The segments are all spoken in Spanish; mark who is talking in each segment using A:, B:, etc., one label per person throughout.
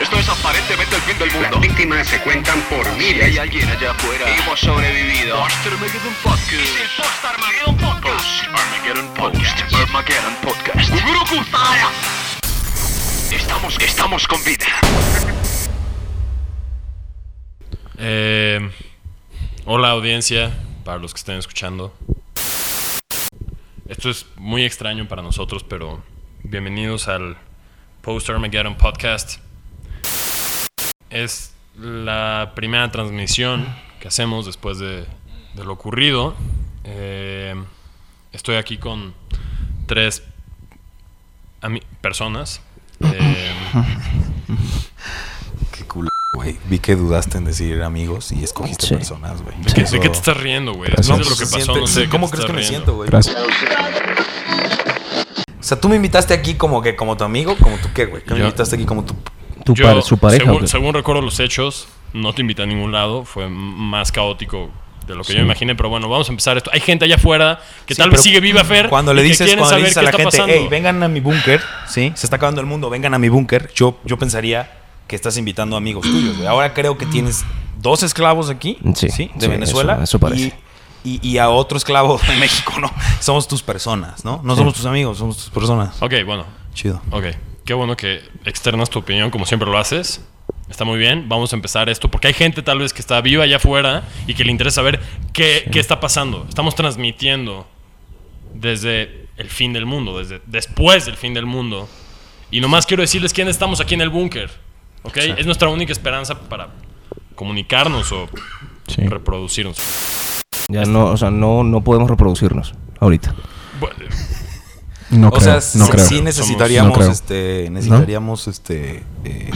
A: Esto es aparentemente el fin del mundo.
B: Las víctimas se cuentan por
A: Si
B: miles.
A: hay alguien allá afuera.
B: Hemos sobrevivido.
A: Post
B: Es el Post Armageddon
A: Armageddon Podcast.
B: Podcast.
A: Post Armageddon Podcast. Armageddon Podcast.
B: ¡Guruku Zaya!
A: Estamos, estamos con vida.
C: Eh, hola audiencia, para los que estén escuchando. Esto es muy extraño para nosotros, pero bienvenidos al Post Armageddon Podcast. Es la primera transmisión que hacemos después de, de lo ocurrido. Eh, estoy aquí con tres ami- personas. Eh,
D: Qué culo, güey. Vi que dudaste en decir amigos y escogiste personas, güey.
C: ¿De qué, de qué te estás riendo, güey? No sé lo que pasó, no sé. de qué
D: ¿Cómo
C: te
D: crees
C: estás
D: que me
C: riendo.
D: siento, güey?
E: Gracias.
D: O sea, tú me invitaste aquí como que como tu amigo, como tu qué, güey. ¿Qué me
C: Yo-
D: invitaste aquí como tu
E: Tu
C: Yo,
E: pare- su pareja. pues.
C: Según,
E: güey.
C: según recuerdo los hechos, no te invité a ningún lado. Fue m- más caótico de lo que yo imaginé. Pero bueno, vamos a empezar esto. Hay gente allá afuera que
D: Sí,
C: tal vez
D: pero
C: sigue viva, Fer.
D: Cuando le
C: y que
D: dices,
C: quieren
D: cuando le
C: saber
D: dices a
C: qué
D: la
C: está
D: gente,
C: pasando.
D: hey, vengan a mi búnker, ¿sí? Se está acabando el mundo, vengan a mi búnker. Yo, yo pensaría que estás invitando a amigos tuyos, güey. Ahora creo que tienes dos esclavos aquí, ¿sí?
E: Sí,
D: de
E: sí,
D: Venezuela.
E: eso- eso parece.
D: Y, y- y a otro esclavo de México, ¿no? Somos tus personas, ¿no? No somos tus amigos, somos tus personas.
C: Ok, bueno.
D: Chido.
C: Ok. Qué bueno que externas tu opinión como siempre lo haces. Está muy bien. Vamos a empezar esto porque hay gente tal vez que está viva allá afuera y que le interesa saber qué, qué está pasando. Estamos transmitiendo desde el fin del mundo, desde después del fin del mundo. Y nomás quiero decirles quién estamos aquí en el búnker. ¿Ok? Es nuestra única esperanza para comunicarnos o
E: Sí.
C: reproducirnos.
E: Ya no, o sea, no, no podemos reproducirnos ahorita.
C: Bueno,
F: No
D: o
F: creo,
D: sea, sí-
F: no creo.
D: sí necesitaríamos,
F: Somos- no creo.
D: este, necesitaríamos, este, eh,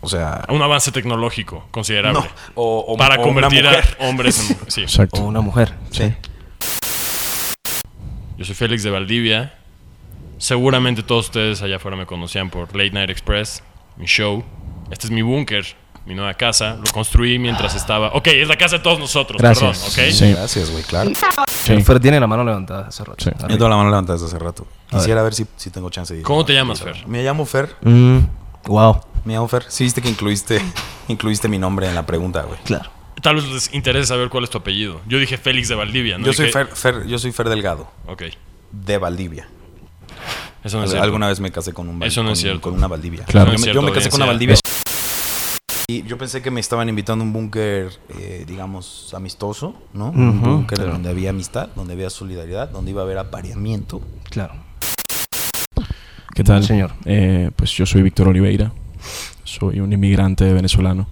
D: o sea,
C: un avance tecnológico considerable.
D: no, o, o-
C: para
D: o una
C: convertir a
D: mujer.
C: hombres en... Sí.
E: O
D: Oh,
F: Exacto.
E: una mujer.
D: Sí.
C: Yo soy Félix de Valdivia. Seguramente todos ustedes allá afuera me conocían por Late Night Express, mi show. Este es mi búnker, mi nueva casa. Lo construí mientras estaba. Ok, es la casa de todos nosotros,
E: Gracias.
C: perdón, ok.
F: Sí.
D: Gracias, güey, claro.
E: El Fer tiene la mano levantada hace rato. Ah,
F: Sí.
E: Arriba.
D: Yo tengo la mano levantada desde hace rato. Quisiera ver, si, si tengo chance de ir.
C: ¿Cómo te llamas, Fer?
D: Me llamo Fer.
E: Mm, wow.
D: Me llamo Fer. Sí, viste que incluiste, incluiste mi nombre en la pregunta, güey.
E: Claro.
C: Tal vez les interese saber cuál es tu apellido. Yo dije Félix de Valdivia, ¿no?
D: Yo soy
C: Dije-
D: Fer, Fer- yo soy Fer Delgado,
C: Ok.
D: de Valdivia.
C: Eso no es
D: Al-
C: cierto.
D: Alguna vez me casé con un Val-
C: Eso no
D: con-
C: es cierto.
D: con una Valdivia. Yo,
F: Claro.
C: No es
D: me-
C: cierto,
D: yo me casé con una
C: audiencia.
D: Valdivia. Y yo pensé que me estaban invitando a un búnker, eh, digamos, amistoso, ¿no? Un
E: Ujú,
D: búnker
E: claro.
D: donde había amistad, donde había solidaridad, donde iba a haber apareamiento.
E: Claro.
F: ¿Qué tal?
E: Señor.
F: Eh, pues yo soy Víctor Oliveira. Soy un inmigrante venezolano.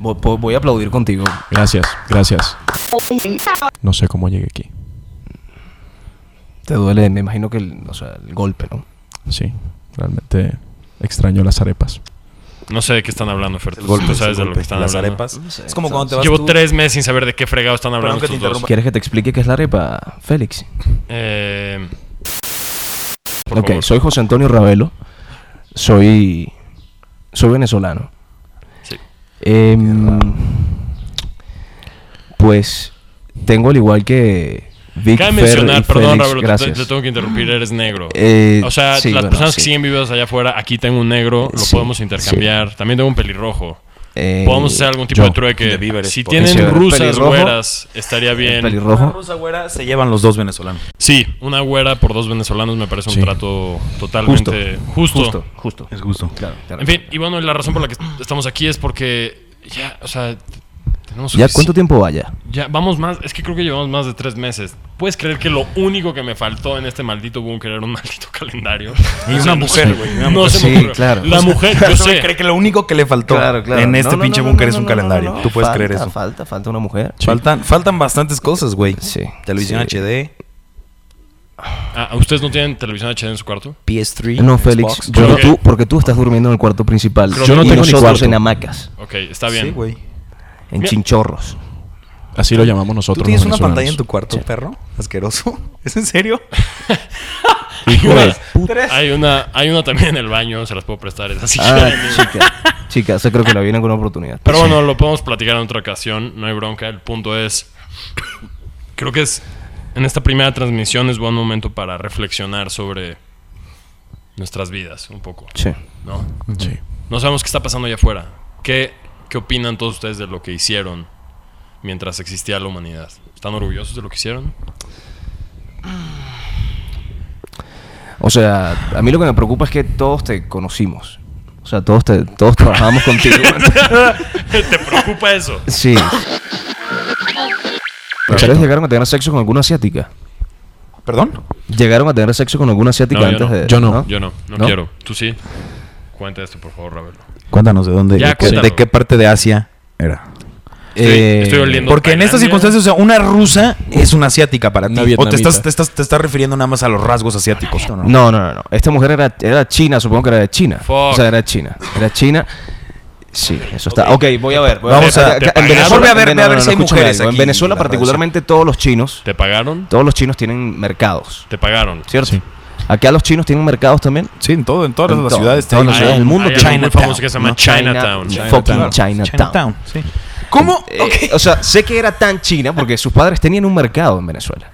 E: Vo- po- Voy a aplaudir contigo.
F: Gracias, gracias. No sé cómo llegué aquí.
E: Te duele, me imagino que el, o sea, el golpe, ¿no?
F: Sí, realmente extraño las arepas.
C: No sé de qué están hablando, Fer.
D: El
C: Tú
D: golpe,
C: sabes
D: el
C: de lo
D: golpe,
C: que están
D: las
C: hablando.
D: arepas.
E: Sí,
D: es como cuando te vas
C: Llevo
D: tú-
C: tres meses sin saber de qué fregado están hablando
D: que te
C: estos dos.
D: interrumpa.
E: ¿Quieres que te explique qué es la arepa, Félix?
C: Eh, por
E: Ok,
C: favor.
E: soy José Antonio Ravelo. Soy. Soy venezolano.
C: Sí.
E: Em, pues tengo al igual que Vic
C: Cabe
E: Fer
C: mencionar,
E: y
C: perdón,
E: Félix,
C: Raúl, te- te,
E: gracias.
C: tengo que interrumpir, eres negro.
E: Eh,
C: o sea,
E: sí,
C: las
E: bueno,
C: personas que
E: sí.
C: siguen vivas allá afuera, aquí tengo un negro, lo
E: Sí,
C: podemos intercambiar. También tengo un pelirrojo.
E: Eh,
C: Podemos hacer algún tipo
F: yo,
C: de trueque.
D: de víveres,
C: si
D: por
C: tienen
E: ejemplo.
C: rusas
E: Pelirrojo.
C: güeras, estaría
E: el
C: bien.
D: Una
E: pelirrojo.
D: rusa güera se llevan los dos venezolanos.
C: Sí, una güera por dos venezolanos me parece un
F: Sí.
C: trato totalmente justo.
E: Justo, justo.
D: Es gusto.
E: Claro, claro.
C: En fin, y bueno, la razón por la que estamos aquí es porque ya, o sea, t- tenemos
E: ¿Ya
C: sufici-
E: cuánto tiempo vaya?
C: Ya, vamos más. Es que creo que llevamos más de tres meses. ¿Puedes creer que lo único que me faltó en este maldito búnker era un maldito calendario?
D: Y
C: O sea,
D: una
C: no
D: mujer,
C: sé,
D: güey, una
C: No
D: mujer.
C: se me
E: Sí,
C: ocurrió.
E: claro.
C: La
E: O sea,
C: mujer, yo
D: Yo
C: sé.
D: cree que lo único que le faltó en este pinche búnker es un calendario. Tú puedes
E: falta,
D: creer eso.
E: Falta, falta una mujer.
D: Faltan, faltan bastantes cosas, güey.
E: Sí.
D: Televisión
E: Sí.
D: HD,
C: Ah, ¿Ustedes no tienen televisión HD en su cuarto?
D: PS3.
E: No, Félix,
D: Xbox.
E: yo no
C: Ok.
E: tú, porque tú estás durmiendo en el cuarto principal.
C: Creo que- Yo no
E: y
F: tengo ni
E: nosotros
F: cuarto.
E: en hamacas,
C: Ok, está bien.
D: Sí, güey.
E: en
C: Mira.
E: chinchorros.
F: Así lo llamamos
D: ¿Tú
F: nosotros.
D: tienes
F: los
D: una pantalla en tu
F: venezolanos.
D: cuarto, perro? Asqueroso. ¿Es en serio?
C: hay,
E: Hijo de
C: una,
D: Tres.
C: hay una, hay una también en el baño, se las puedo prestar. Es así.
E: Ah, chica, chica, eso creo que la viene con una oportunidad.
C: Pero bueno, lo podemos platicar en otra ocasión. No hay bronca. El punto es. Creo que es. En esta primera transmisión es buen momento para reflexionar sobre nuestras vidas un poco.
E: Sí.
C: ¿No?
F: Sí.
C: No sabemos qué está pasando allá afuera. ¿Qué, ¿Qué opinan todos ustedes de lo que hicieron mientras existía la humanidad? ¿Están orgullosos de lo que hicieron?
E: O sea, a mí lo que me preocupa es que todos te conocimos. O sea, todos, te, todos trabajamos contigo.
C: ¿Te preocupa eso?
E: Sí. ¿Ustedes llegaron a tener sexo con alguna asiática?
D: ¿Perdón?
E: ¿Llegaron a tener sexo con alguna asiática
C: No, yo
E: antes
C: no.
E: de...?
F: Yo no.
C: Yo no, no,
E: ¿No?
C: quiero. ¿Tú sí? Cuenta esto, por favor, Ravelo.
D: Cuéntanos de dónde,
C: Ya,
D: de, qué,
C: cuéntalo.
D: de qué parte de Asia era.
C: Estoy-
E: Eh,
C: estoy oliendo.
D: Porque en estas
C: Tailandia.
D: circunstancias, o sea, una rusa es una asiática para
F: Una
D: ti. O te
F: vietnamita.
D: estás, te, estás, te estás refiriendo nada más a los rasgos asiáticos. ¿o no?
E: No, no, no, no. Esta mujer era, era china, supongo que era de China.
C: Fuck.
E: O sea, era china. Era china. Sí, eso está. Ok, voy a ver. voy
D: Vamos
E: ver.
D: a-
E: Acá- acá-
D: te
E: en
D: pagaron.
E: Venezuela,
D: Voy a ver-
E: en-
D: ve a
E: no,
D: ver
E: no,
D: si
E: no,
D: hay
E: escúchame
D: mujeres
E: algo.
D: aquí
E: En
D: en
E: Venezuela,
D: la
E: particularmente, todos los chinos,
C: ¿Te pagaron?
E: todos los chinos tienen mercados,
C: Te pagaron.
E: ¿cierto?
F: Sí.
E: Acá los chinos tienen mercados también.
D: Sí, en, todo, en todas
E: En
D: las
E: todo,
D: ciudades.
E: en todas
D: tienen-
E: las ciudades del mundo,
C: hay
E: Chinatown,
C: algo muy famoso que se llama
E: ¿no?
C: Chinatown.
E: China- Fucking Chinatown.
D: ¿Cómo?
E: Eh, O sea, sé que era tan china porque sus padres tenían un mercado en Venezuela.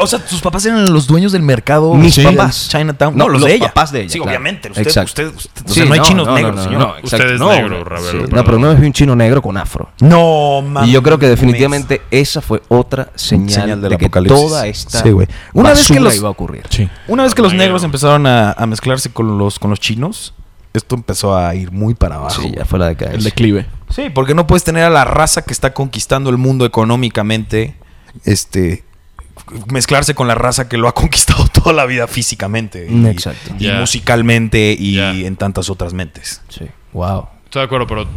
D: O sea, sus papás eran los dueños del mercado.
E: Oh, Mis
D: Sí.
E: papás.
D: Chinatown.
E: No,
D: No, los,
E: los
D: de ella.
E: papás de ella,
D: Sí,
E: claro.
D: obviamente. Usted,
E: Exacto.
D: usted, usted- o
E: Sí,
D: sea, no hay
E: no,
D: chinos
E: no,
D: negros,
E: no,
D: señor.
E: no,
D: No,
E: exacto.
C: Usted es
E: No,
C: negro,
E: no,
C: Ravelo.
E: No, pero una vez vi un chino negro con afro.
D: mames.
E: Y yo creo que definitivamente esa fue otra señal,
D: del
E: de que
D: apocalipsis.
E: toda esta
D: Sí, güey. Una vez que
E: basura
D: los-
E: iba a ocurrir.
F: Sí.
D: Una vez que los
C: Negro.
D: negros empezaron a, a mezclarse con los, con los chinos, esto empezó a ir muy para abajo.
E: Ah, Sí, ya fue la
F: El
E: decadencia.
F: declive.
D: Sí, porque no puedes tener a la raza que está conquistando el mundo económicamente, este, mezclarse con la raza que lo ha conquistado toda la vida físicamente.
E: Mm,
D: y-
E: exacto.
D: Y
C: Ya.
D: musicalmente y
C: Ya.
D: en tantas otras mentes.
E: Sí. Wow.
C: Estoy de acuerdo, pero.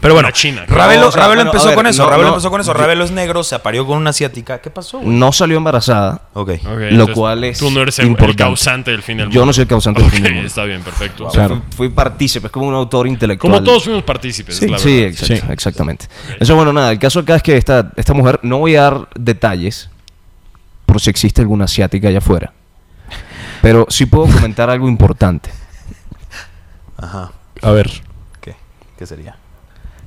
D: Pero bueno,
C: La China.
D: Ravelo,
E: No, o sea,
D: Ravelo
E: bueno,
D: empezó
E: a ver,
D: con eso.
E: no,
D: Ravelo
E: no.
D: empezó con eso. Ravelo es negro, se apareó con una asiática. ¿Qué pasó? güey?
E: No salió embarazada.
D: Ok.
C: Ok,
E: Lo
C: entonces,
E: cual es
C: Tú no eres el- el,
E: importante.
C: causante del fin del mundo.
E: Yo no soy el causante del
C: Ok,
E: fin del mundo.
C: Está bien, perfecto.
E: O
C: O
E: sea,
C: sea,
F: Claro.
E: fui, fui partícipe, es como un autor intelectual.
C: Como todos fuimos partícipes,
E: Sí,
C: es la
E: sí,
C: verdad.
E: exacto,
F: Sí.
E: exactamente. Eso, bueno, nada, el caso acá es que esta, esta mujer, no voy a dar detalles por si existe alguna asiática allá afuera, pero sí puedo comentar algo importante.
D: Ajá.
F: A ver.
D: ¿Qué? ¿Qué sería?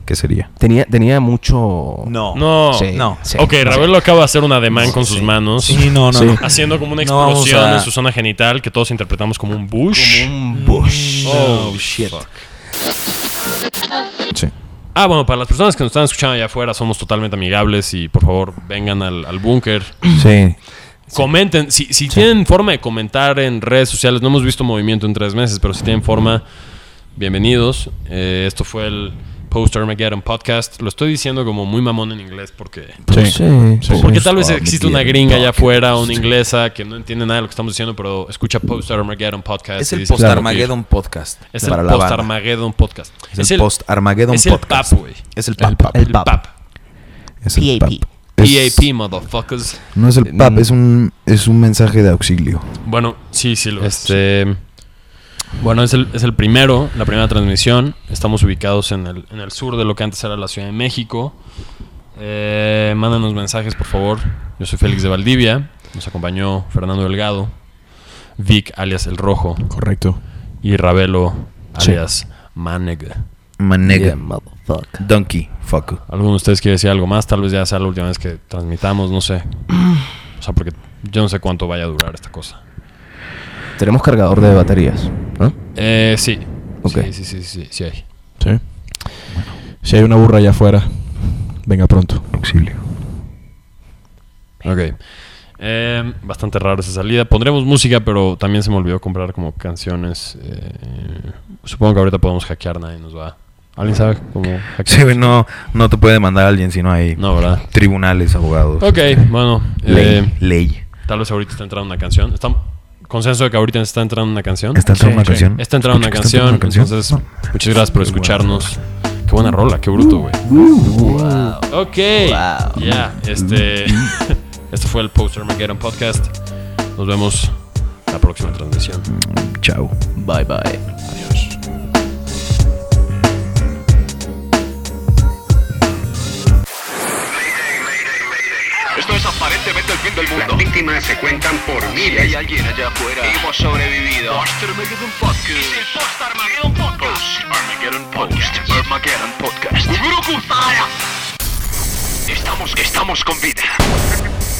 D: ¿Qué sería?
E: Tenía, tenía mucho...
D: No.
C: No.
E: Sí,
D: no.
E: sí,
C: ok,
E: sí.
C: Ravelo acaba de hacer un ademán con sus manos.
D: Sí, no, no.
F: Sí.
D: no.
C: Haciendo como una
D: No, vamos
C: explosión
D: a-
C: en su zona genital que todos interpretamos como un bush.
E: Como un bush.
C: Oh,
D: shit.
C: Ah, bueno, para las personas que nos están escuchando allá afuera, somos totalmente amigables y por favor vengan al, al búnker.
D: Sí.
C: Comenten, si, si tienen forma de comentar en redes sociales, no hemos visto movimiento en tres meses, pero si tienen forma, bienvenidos. Eh, esto fue el Post Armageddon Podcast. Lo estoy diciendo como muy mamón en inglés porque...
F: Sí.
E: Sí.
F: Sí.
C: Porque tal vez existe una gringa allá afuera, una inglesa que no entiende nada de lo que estamos diciendo, pero escucha Post Armageddon Podcast.
D: Es
C: y
D: el
C: dice,
D: Post Armageddon Podcast.
C: Es el
D: para la
C: Post
D: banda.
C: Armageddon Podcast.
D: Es el Post Armageddon
C: es el
D: Podcast.
C: PAP, güey.
D: Es el
F: El
D: PAP.
F: pap.
E: El
C: El
E: pap.
C: PAP.
D: Es el
E: PAP.
D: PAP. Es-
C: EAP, motherfuckers.
D: No es el PAP, es un, es un mensaje de auxilio.
C: Bueno, sí, sí lo este, Bueno, es el, es el primero, la primera transmisión. Estamos ubicados en el, en el sur de lo que antes era la Ciudad de México. Eh, mándanos mensajes, por favor. Yo soy Félix de Valdivia. Nos acompañó Fernando Delgado, Vic alias El Rojo
F: Correcto.
C: y Ravelo
F: Sí.
C: alias Maneg.
E: Yeah,
D: Manega.
E: motherfucker.
D: Donkey. Fuck.
C: ¿Alguno de ustedes quiere decir algo más? Tal vez ya sea la última vez que transmitamos, no sé. O sea, porque yo no sé cuánto vaya a durar esta cosa.
E: Tenemos cargador de baterías, ¿no?
C: Eh, sí.
E: Ok.
C: Sí, sí, sí, sí, sí hay.
F: Sí. Si hay una burra allá afuera, venga pronto.
D: Auxilio.
C: Ok. Eh, bastante raro esa salida. Pondremos música, pero también se me olvidó comprar como canciones. eh, supongo que ahorita podemos hackear, nadie nos va. ¿Alguien sabe cómo hackear?
D: Sí, güey, no, no te puede mandar alguien si no hay
C: No, ¿verdad?
D: tribunales, abogados. este,
C: Ok, bueno. eh,
D: Ley. ley.
C: tal vez ahorita está entrando una canción. ¿Está- ¿Consenso de que ahorita está entrando una canción?
D: Está entrando una
F: sí.
D: canción.
C: Está entrando una
D: Escucha que está
C: canción, entonces muchas gracias por escucharnos. Qué buena rola, qué bruto, güey. Ok, ya, este,
F: Mm.
C: este fue el Post Armageddon Podcast. Nos vemos la próxima transmisión.
D: Chao.
E: Bye, bye.
A: Esto es aparentemente el fin del
B: Las
A: mundo.
B: víctimas se cuentan por
A: Si
B: miles.
A: hay alguien allá afuera,
B: Hemos sobrevivido.
A: Post Armageddon Podcast.
B: Es el Post Armageddon Podcast.
A: Post Armageddon Podcast. Armageddon Podcast. Estamos, estamos con vida.